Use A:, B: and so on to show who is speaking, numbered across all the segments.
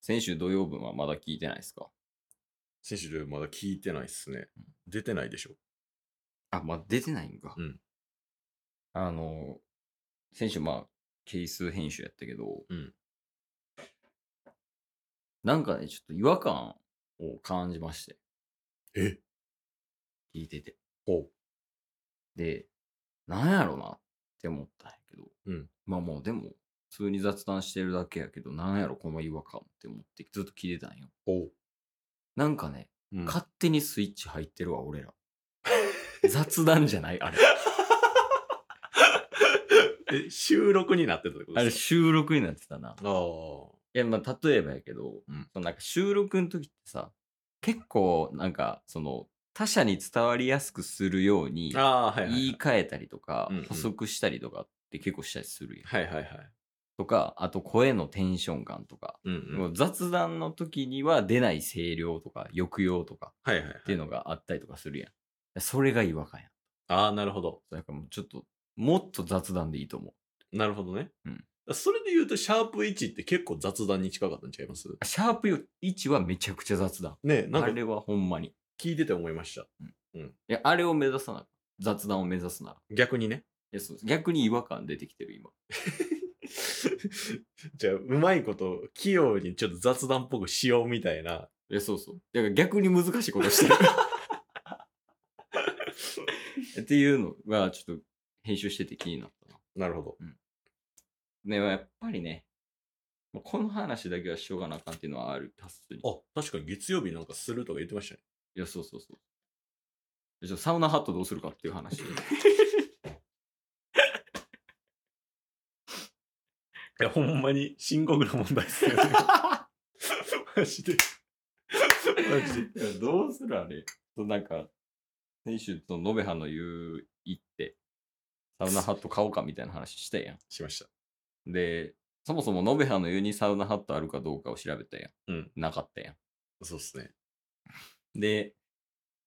A: 先週土曜分はまだ聞いてないですか
B: 選手でまだ聞いてないっすね。出てないでしょ。
A: あ、まだ出てないんか。
B: うん
A: あの、先週まあ、ケース編集やったけど、
B: うん
A: なんかね、ちょっと違和感を感じまして、
B: え
A: 聞いてて。
B: ほ
A: で、なんやろなって思ったんやけど、
B: うん
A: まあもうでも、普通に雑談してるだけやけど、なんやろこの違和感って思ってずっと聞いてたんよ。
B: ほ
A: なんかね、
B: う。うん、
A: 勝手にスイッチ入ってるわ、俺 ら。雑談じゃないあれ。
B: え収録になってたってこと
A: あれ
B: です
A: 収録になってたな。
B: かああ。
A: いや、まあ、例えばやけど、
B: うん
A: そのなんか収録の時ってさ、結構、なんか、その、他者に伝わりやすくするように、
B: ああー、はいはい。
A: 言い換えたりとか
B: うんうん、
A: 補足したりとかって結構したりするやん。
B: はいはいはい。
A: とか、あと声のテンション感とか、
B: うん、うん。
A: もう雑談の時には出ない声量とか、抑揚とか
B: はいはいはい。
A: っていうのがあったりとかするやん。それが違和感やん。
B: ああ、なるほど。
A: だからもうちょっと、もっと雑談でいいと思う。
B: なるほどね。
A: うん
B: それで言うと、シャープ1って結構雑談に近かったんちゃいます
A: シャープ1はめちゃくちゃ雑談。
B: ねえな
A: あ
B: んか
A: れはほんまに。い
B: 聞いてて思いました。
A: や、あれを目指さな。雑談を目指すなら。
B: 逆にね。
A: いや、そうです。逆に違和感出てきてる、今。
B: じゃあ、うまいこと、器用にちょっと雑談っぽくしようみたいな。
A: いや、そうそう。だから逆に難しいこと してる。っていうのが、ちょっと編集してて気になったな。
B: なるほど。
A: ね、やっぱりね、まあこの話だけはしょうがなあかんっていうのはある、達すに。
B: あ、確かに月曜日なんかするとか言ってましたね。
A: いや、そうそうそう。じゃあ、サウナハットどうするかっていう 話。
B: いや、ほんまに深刻な問題ですよね。 マジで。マジで。
A: いやどうするあれ。そうなんか、先週と延べはの言う、行って、サウナハット買おうかみたいな話したや
B: しました。
A: ん。で、そもそも延べはの湯にサウナハットあるかどうかを調べたやん。
B: うん
A: なかったや
B: そうですね。
A: ん。で、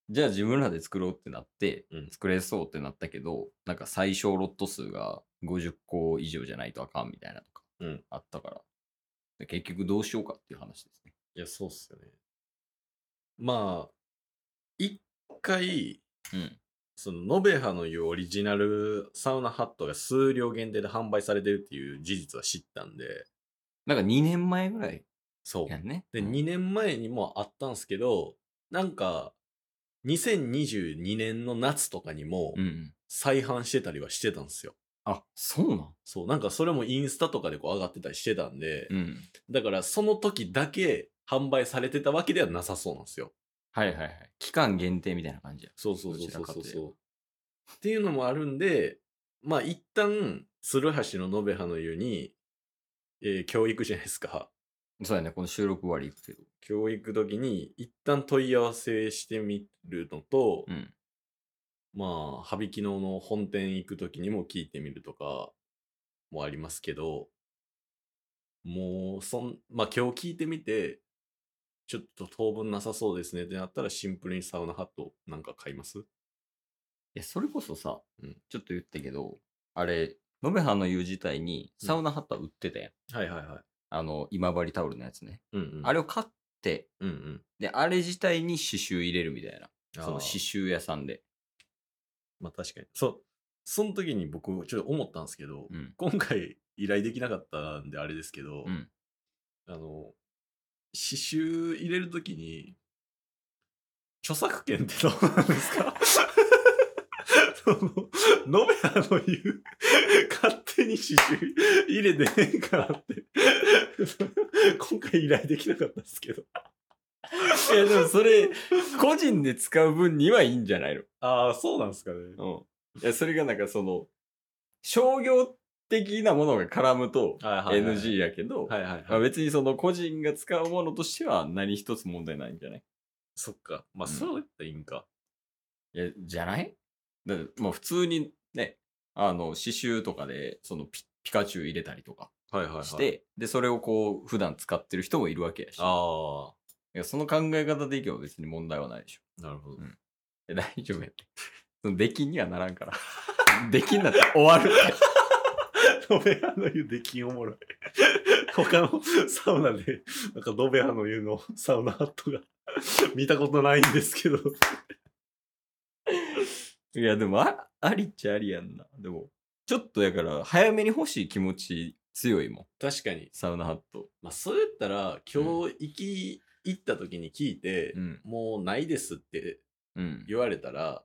A: じゃあ自分らで作ろうってなって、
B: うん
A: 作れそうってなったけど、なんか最小ロット数が50個以上じゃないとあかんみたいなとか、
B: うん
A: あったから。で結局どうしようかっていう話ですね。
B: いや、そうっすよね。まあ、一回、
A: うん。
B: その、延べ葉の言うオリジナルサウナハットが数量限定で販売されてるっていう事実は知ったんで、
A: なんか2年前ぐらい
B: そう。
A: やんね。
B: で、
A: うん
B: 2年前にもあったんですけど、なんか、2022年の夏とかにも
A: うんうん。
B: 再販してたりはしてたんですよ。
A: あ、そうなん
B: そう、なんかそれもインスタとかでこう上がってたりしてたんで、
A: うん。
B: だからその時だけ販売されてたわけではなさそうなんですよ。
A: はいはいはい。期間限定みたいな感じや。
B: そうそうそうそう
A: どちらか
B: そう
A: といえば
B: そう。っていうのもあるんで、まあ一旦、鶴橋の延べ葉の湯に、えー教育じゃないですか。
A: そうやね、この収録終わり行くけど。
B: 教育時に一旦問い合わせしてみるのと、
A: うん。
B: まあ、羽曳野の本店行く時にも聞いてみるとかもありますけど、もう、そん、まあ今日聞いてみて、ちょっと当分なさそうですねってなったらシンプルにサウナハットなんか買います
A: いや、それこそさ、
B: うん
A: ちょっと言ったけど、あれ、延べ葉の湯自体にサウナハットは売ってたやん。
B: はいはいはい。
A: あの、今治タオルのやつね。
B: うんうん。
A: あ
B: れ
A: れを買って、
B: うんうん。
A: で、あれ自体に刺繍入れるみたいな。そ
B: そ
A: の
B: の
A: 刺
B: し
A: 繍屋さんで。
B: まあ確かに。そう。その時に僕、ちょっと思ったんですけど、
A: うん。
B: 今回依頼できなかったんであれですけど、
A: うん。
B: あの、刺繍入れる時に、著作権ってどうなんですか その、ノベラの言う、勝手に刺繍入れてへんからって、 今回依頼できなかったんですけど。
A: いや、でもそれ、個人で使う分にはいいんじゃないの
B: ああ、そうなんですかね。
A: うん。いや、それがなんかその、商業的なものが絡むと
B: はいはいはい
A: NG やけど、
B: はいはい
A: ま
B: は
A: あ、
B: い。
A: 別にその個人が使うものとしては何一つ問題ないんじゃない
B: そっか。まあ、
A: うん
B: そうやったらいいんか。
A: いや、じゃないだってもう普通にね、あの、刺繍とかで、そのピピカチュウ入れたりとか
B: はいはいはい。
A: して、で、それをこう、普段使ってる人もいるわけやし、
B: あ
A: いやその考え方でいけば別に問題はないでしょ。
B: あ、なるほど。
A: いや大丈夫やって。 その出禁にはなら んから。出禁になったら終わるって。
B: ノベラの言う出禁おもろい。他のサウナで、なんかドベアの湯のサウナハットが見たことないんですけど。
A: いや、でもあ、ありっちゃありやんな。でも、ちょっとやから、早めに欲しい気持ち強いもん。
B: 確かに。
A: サウナハット。
B: まあ、そうやったら、今日行き、行った時に聞いて、
A: うん。
B: もうないですって
A: うん。い
B: 言われたら、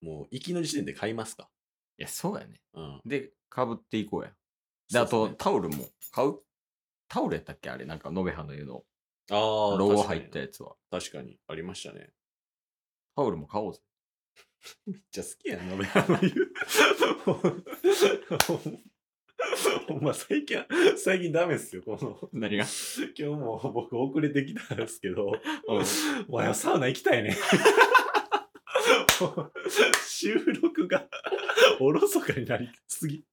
B: もう行きの時点で買いますか。
A: や、そうやね。
B: うん。
A: で、かぶっていこうや。で、あ
B: そう
A: と、
B: ですね
A: タオルも買う。タオルやったっけあれ、なんか、延べ葉の湯の
B: あー
A: ロゴ
B: 確か
A: 入
B: に
A: ったやつは。
B: 確かに、ありましたね。
A: タオルも買おうぜ。
B: めっちゃ好きやな、俺あの言 う。ほんま最近、最近ダメっすよ、この。
A: 何 が
B: 今日も僕遅れてきたんです けど、
A: うん
B: おはようサウナ行きたいね。もう収録がおろそかになりすぎ。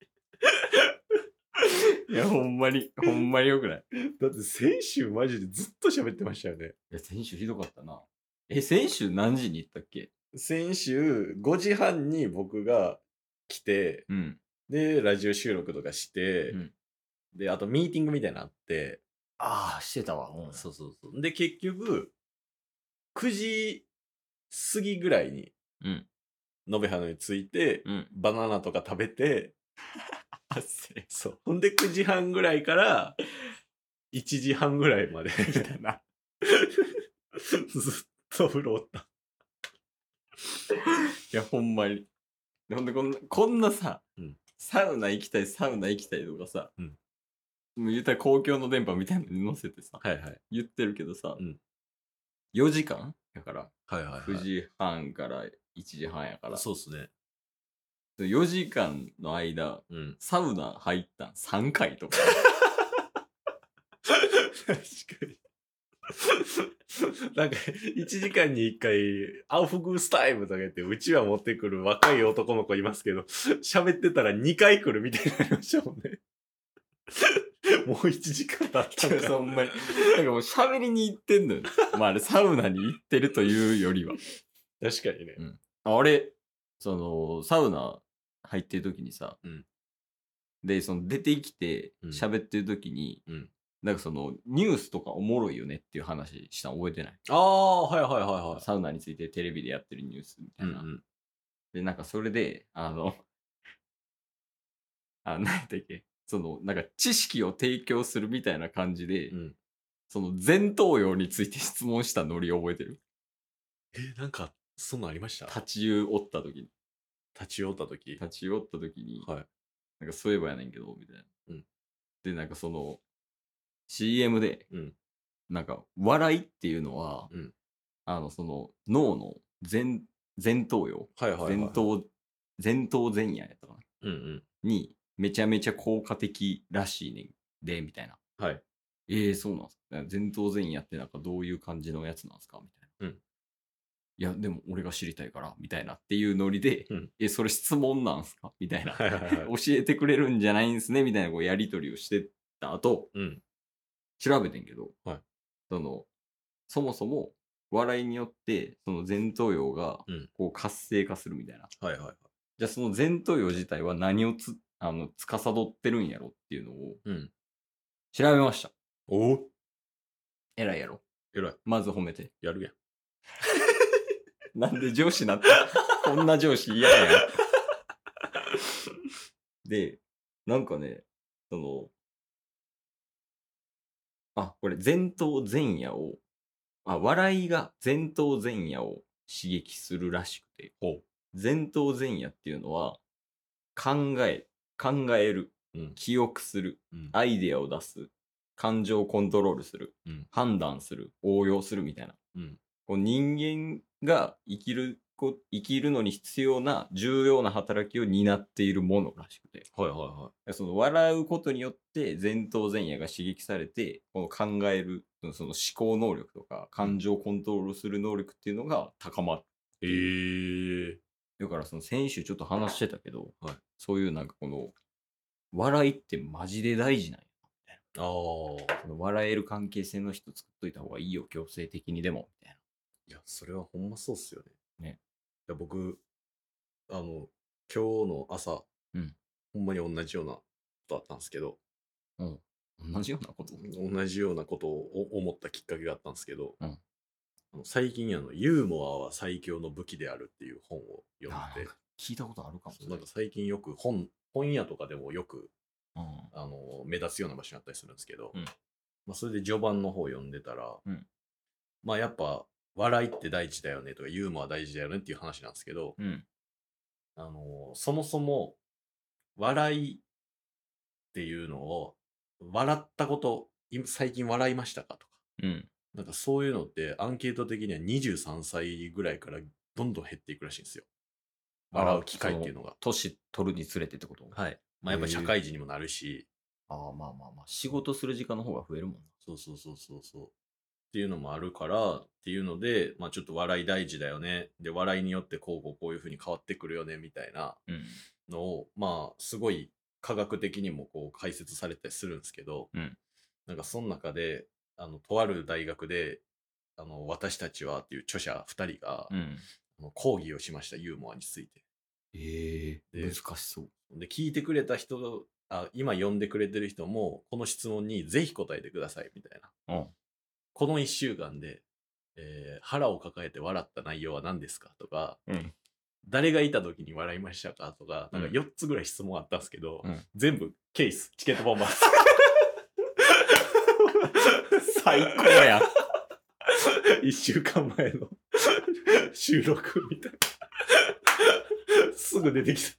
A: いや、ほんまに、ほんまによくない。
B: だって先週マジでずっと喋ってましたよね。
A: いや、先週ひどかったな。え、先週何時に行ったっけ
B: 先週5時半に僕が来て、
A: うん。
B: で、ラジオ収録とかして、
A: うん
B: で、あとミーティングみたいなのあって、
A: ああ、してたわ。うん
B: そうそうそう。で、結局、9時過ぎぐらいに、
A: うん。
B: 延べ花に着いて、
A: うん。
B: バナナとか食べて、
A: 汗っ
B: そう。ほんで9時半ぐらいから、1時半ぐらいまで、ず
A: た な。
B: っとお風呂おった。
A: いや、ほんまに。でほんで、こんな、こんなさ、
B: うん
A: サウナ行きたい、サウナ行きたいとかさ、
B: うん
A: もう言ったら公共の電波みたいなのに載せてさ、
B: はいはい。
A: 言ってるけどさ、
B: うん
A: 4時間だから、
B: はいはい、
A: 9時半から1時半やから、
B: そうっすね。
A: 4時間の間、
B: うん。
A: サウナ入ったん3回 とか。
B: 確かに。なんか、1時間に1回、アウフグースタイムとか言って、うちは持ってくる若い男の子いますけど、喋ってたら2回来るみたいになりましたもんね。もう1時間経ったのか
A: ほんまに。なんかもう喋りに行ってんのよ。まああれ、サウナに行ってるというよりは。
B: 確かにね。
A: あれ、その、サウナ入ってる時にさ、
B: うん
A: で、その出てきて
B: うん
A: 喋ってる時に、
B: うん
A: なんかその、ニュースとかおもろいよねっていう話したん覚えてない
B: ああ、はいはいはいは
A: サウナについてテレビでやってるニュースみた
B: う
A: い
B: んう
A: な。
B: ん。
A: で、なんかそれで、あの、 あ、なんだっけ、その、なんか知識を提供するみたいな感じで、
B: うん
A: その前頭葉について 質問したノリ覚えてる
B: え、なんか、そんなんありました
A: 立ち寄おった時に。
B: 立ち寄った時
A: 立ち寄った時に、
B: はい
A: なんかそういえばやねんけど、みたいな。
B: うん
A: で、なんかその、CM で、
B: うん
A: なんか、笑いっていうのは、
B: うん
A: あの、その、脳の前、前頭葉、
B: はいはいはい。
A: 前。頭、前頭前野やったかな
B: うん うん。
A: に、めちゃめちゃ効果的らしいねんで、みたいな。
B: はい。
A: ええそうなんすか。前頭前野ってなんかどういう感じのやつなんすかみたいな。
B: うん
A: いや、でも俺が知りたいから、みたいなっていうノリで、
B: うん
A: え、それ質問なんすかみたいな。
B: はいはいはい
A: 教。えてくれるんじゃないんすねみたいなこうやり取りをしてた後、
B: うん。
A: 調べてんけど、
B: はい
A: その、そもそも、笑いによって、その前頭葉が
B: うん、
A: こう活性化するみたいな。
B: はいはい。
A: じゃあその前頭葉自体は何をつ、あの、司ってるんやろっていうのを
B: うん。
A: 調べました。
B: おお
A: 偉いやろ。
B: えらい。
A: まず褒めて。
B: やるやん。
A: なんで上司なったこんな上司嫌やん。で、なんかね、その、あ、これ前頭前野を、あ、笑いが前頭前野を刺激するらしくて、前頭前野っていうのは、考え、考える、
B: うん
A: 記憶する、
B: うん
A: アイデアを出す、感情をコントロールする、
B: うん
A: 判断する、応用するみたいな。
B: うん
A: こう人間が生きるこ、生きるのに必要な重要な働きを担っているものらしくて。
B: はいはいは
A: その笑うことによって前頭前野が刺激されて、この考える、そのその思考能力とか感情をコントロールする能力っていうのが高まる。
B: い。ええ
A: だからその先週ちょっと話してたけど、
B: はい
A: そういうなんかこの、笑いってマジで大事なんや。
B: ー。ああ。
A: この笑える関係性の人作っといた方がいいよ、強制的にでも、みたいな。
B: いや、それはほんまそうっすよね。
A: ね。
B: いや、僕、あの、今日の朝、
A: うん
B: ほんまに同じようなことあったんですけど、
A: うん同じようなこと
B: 同じようなことを思ったきっかけがあったんですけど、
A: うん
B: あの最近あの、ユーモアは最強の武器であるっていう本を読
A: あ
B: ん
A: なん
B: で
A: か、聞いたことあるかもし
B: そ
A: れ
B: う
A: な
B: ないんか。最近よく本、本屋とかでもよく、
A: うん
B: あの、目立つような場所にあったりするんですけど、
A: うん
B: まあ、それで序盤の方読んでたら、
A: うん
B: まあやっぱ、笑いって大事だよねとか、ユーモア大事だよねっていう話なんですけど、
A: うん。
B: あの、そもそも、笑いっていうのを、笑ったこと、今最近笑いましたかとか、
A: うん。
B: なんかそういうのってアンケート的には23歳ぐらいからどんどん減っていくらしいんですよ。
A: あ
B: 笑う機会っていうのが。
A: 年取るにつれてってこと
B: はい。まあやっぱ
A: へえ
B: 社会人にもなるし、
A: ああ、まあまあまあ。仕事する時間の方が増えるもんな。
B: そうそうそうそうそう。っていうのもあるから、っていうので、まあちょっと笑い大事だよね。で、笑いによってこうこうこういう風に変わってくるよね、みたいな
A: うん。
B: のを、まあすごい科学的にもこう解説されたりするんですけど、
A: うん
B: なんかその中で、あの、とある大学で、あの、私たちはっていう著者2人が、
A: うん。
B: あの講義をしました、ユーモアについて。
A: ええ
B: で
A: 難しそう。
B: で、聞いてくれた人あ、今呼んでくれてる人も、この質問にぜひ答えてください、みたいな。
A: うん
B: この1週間で、えー腹を抱えて笑った内容は何ですかとか、
A: うん
B: 誰がいた時に笑いましたかとか、なんか
A: うん
B: 4つぐらい質問あったんですけど、
A: うん
B: 全部ケース、チケットボンバー。
A: 最高や。
B: 1週間前の収録みたいな。すぐ出てきた。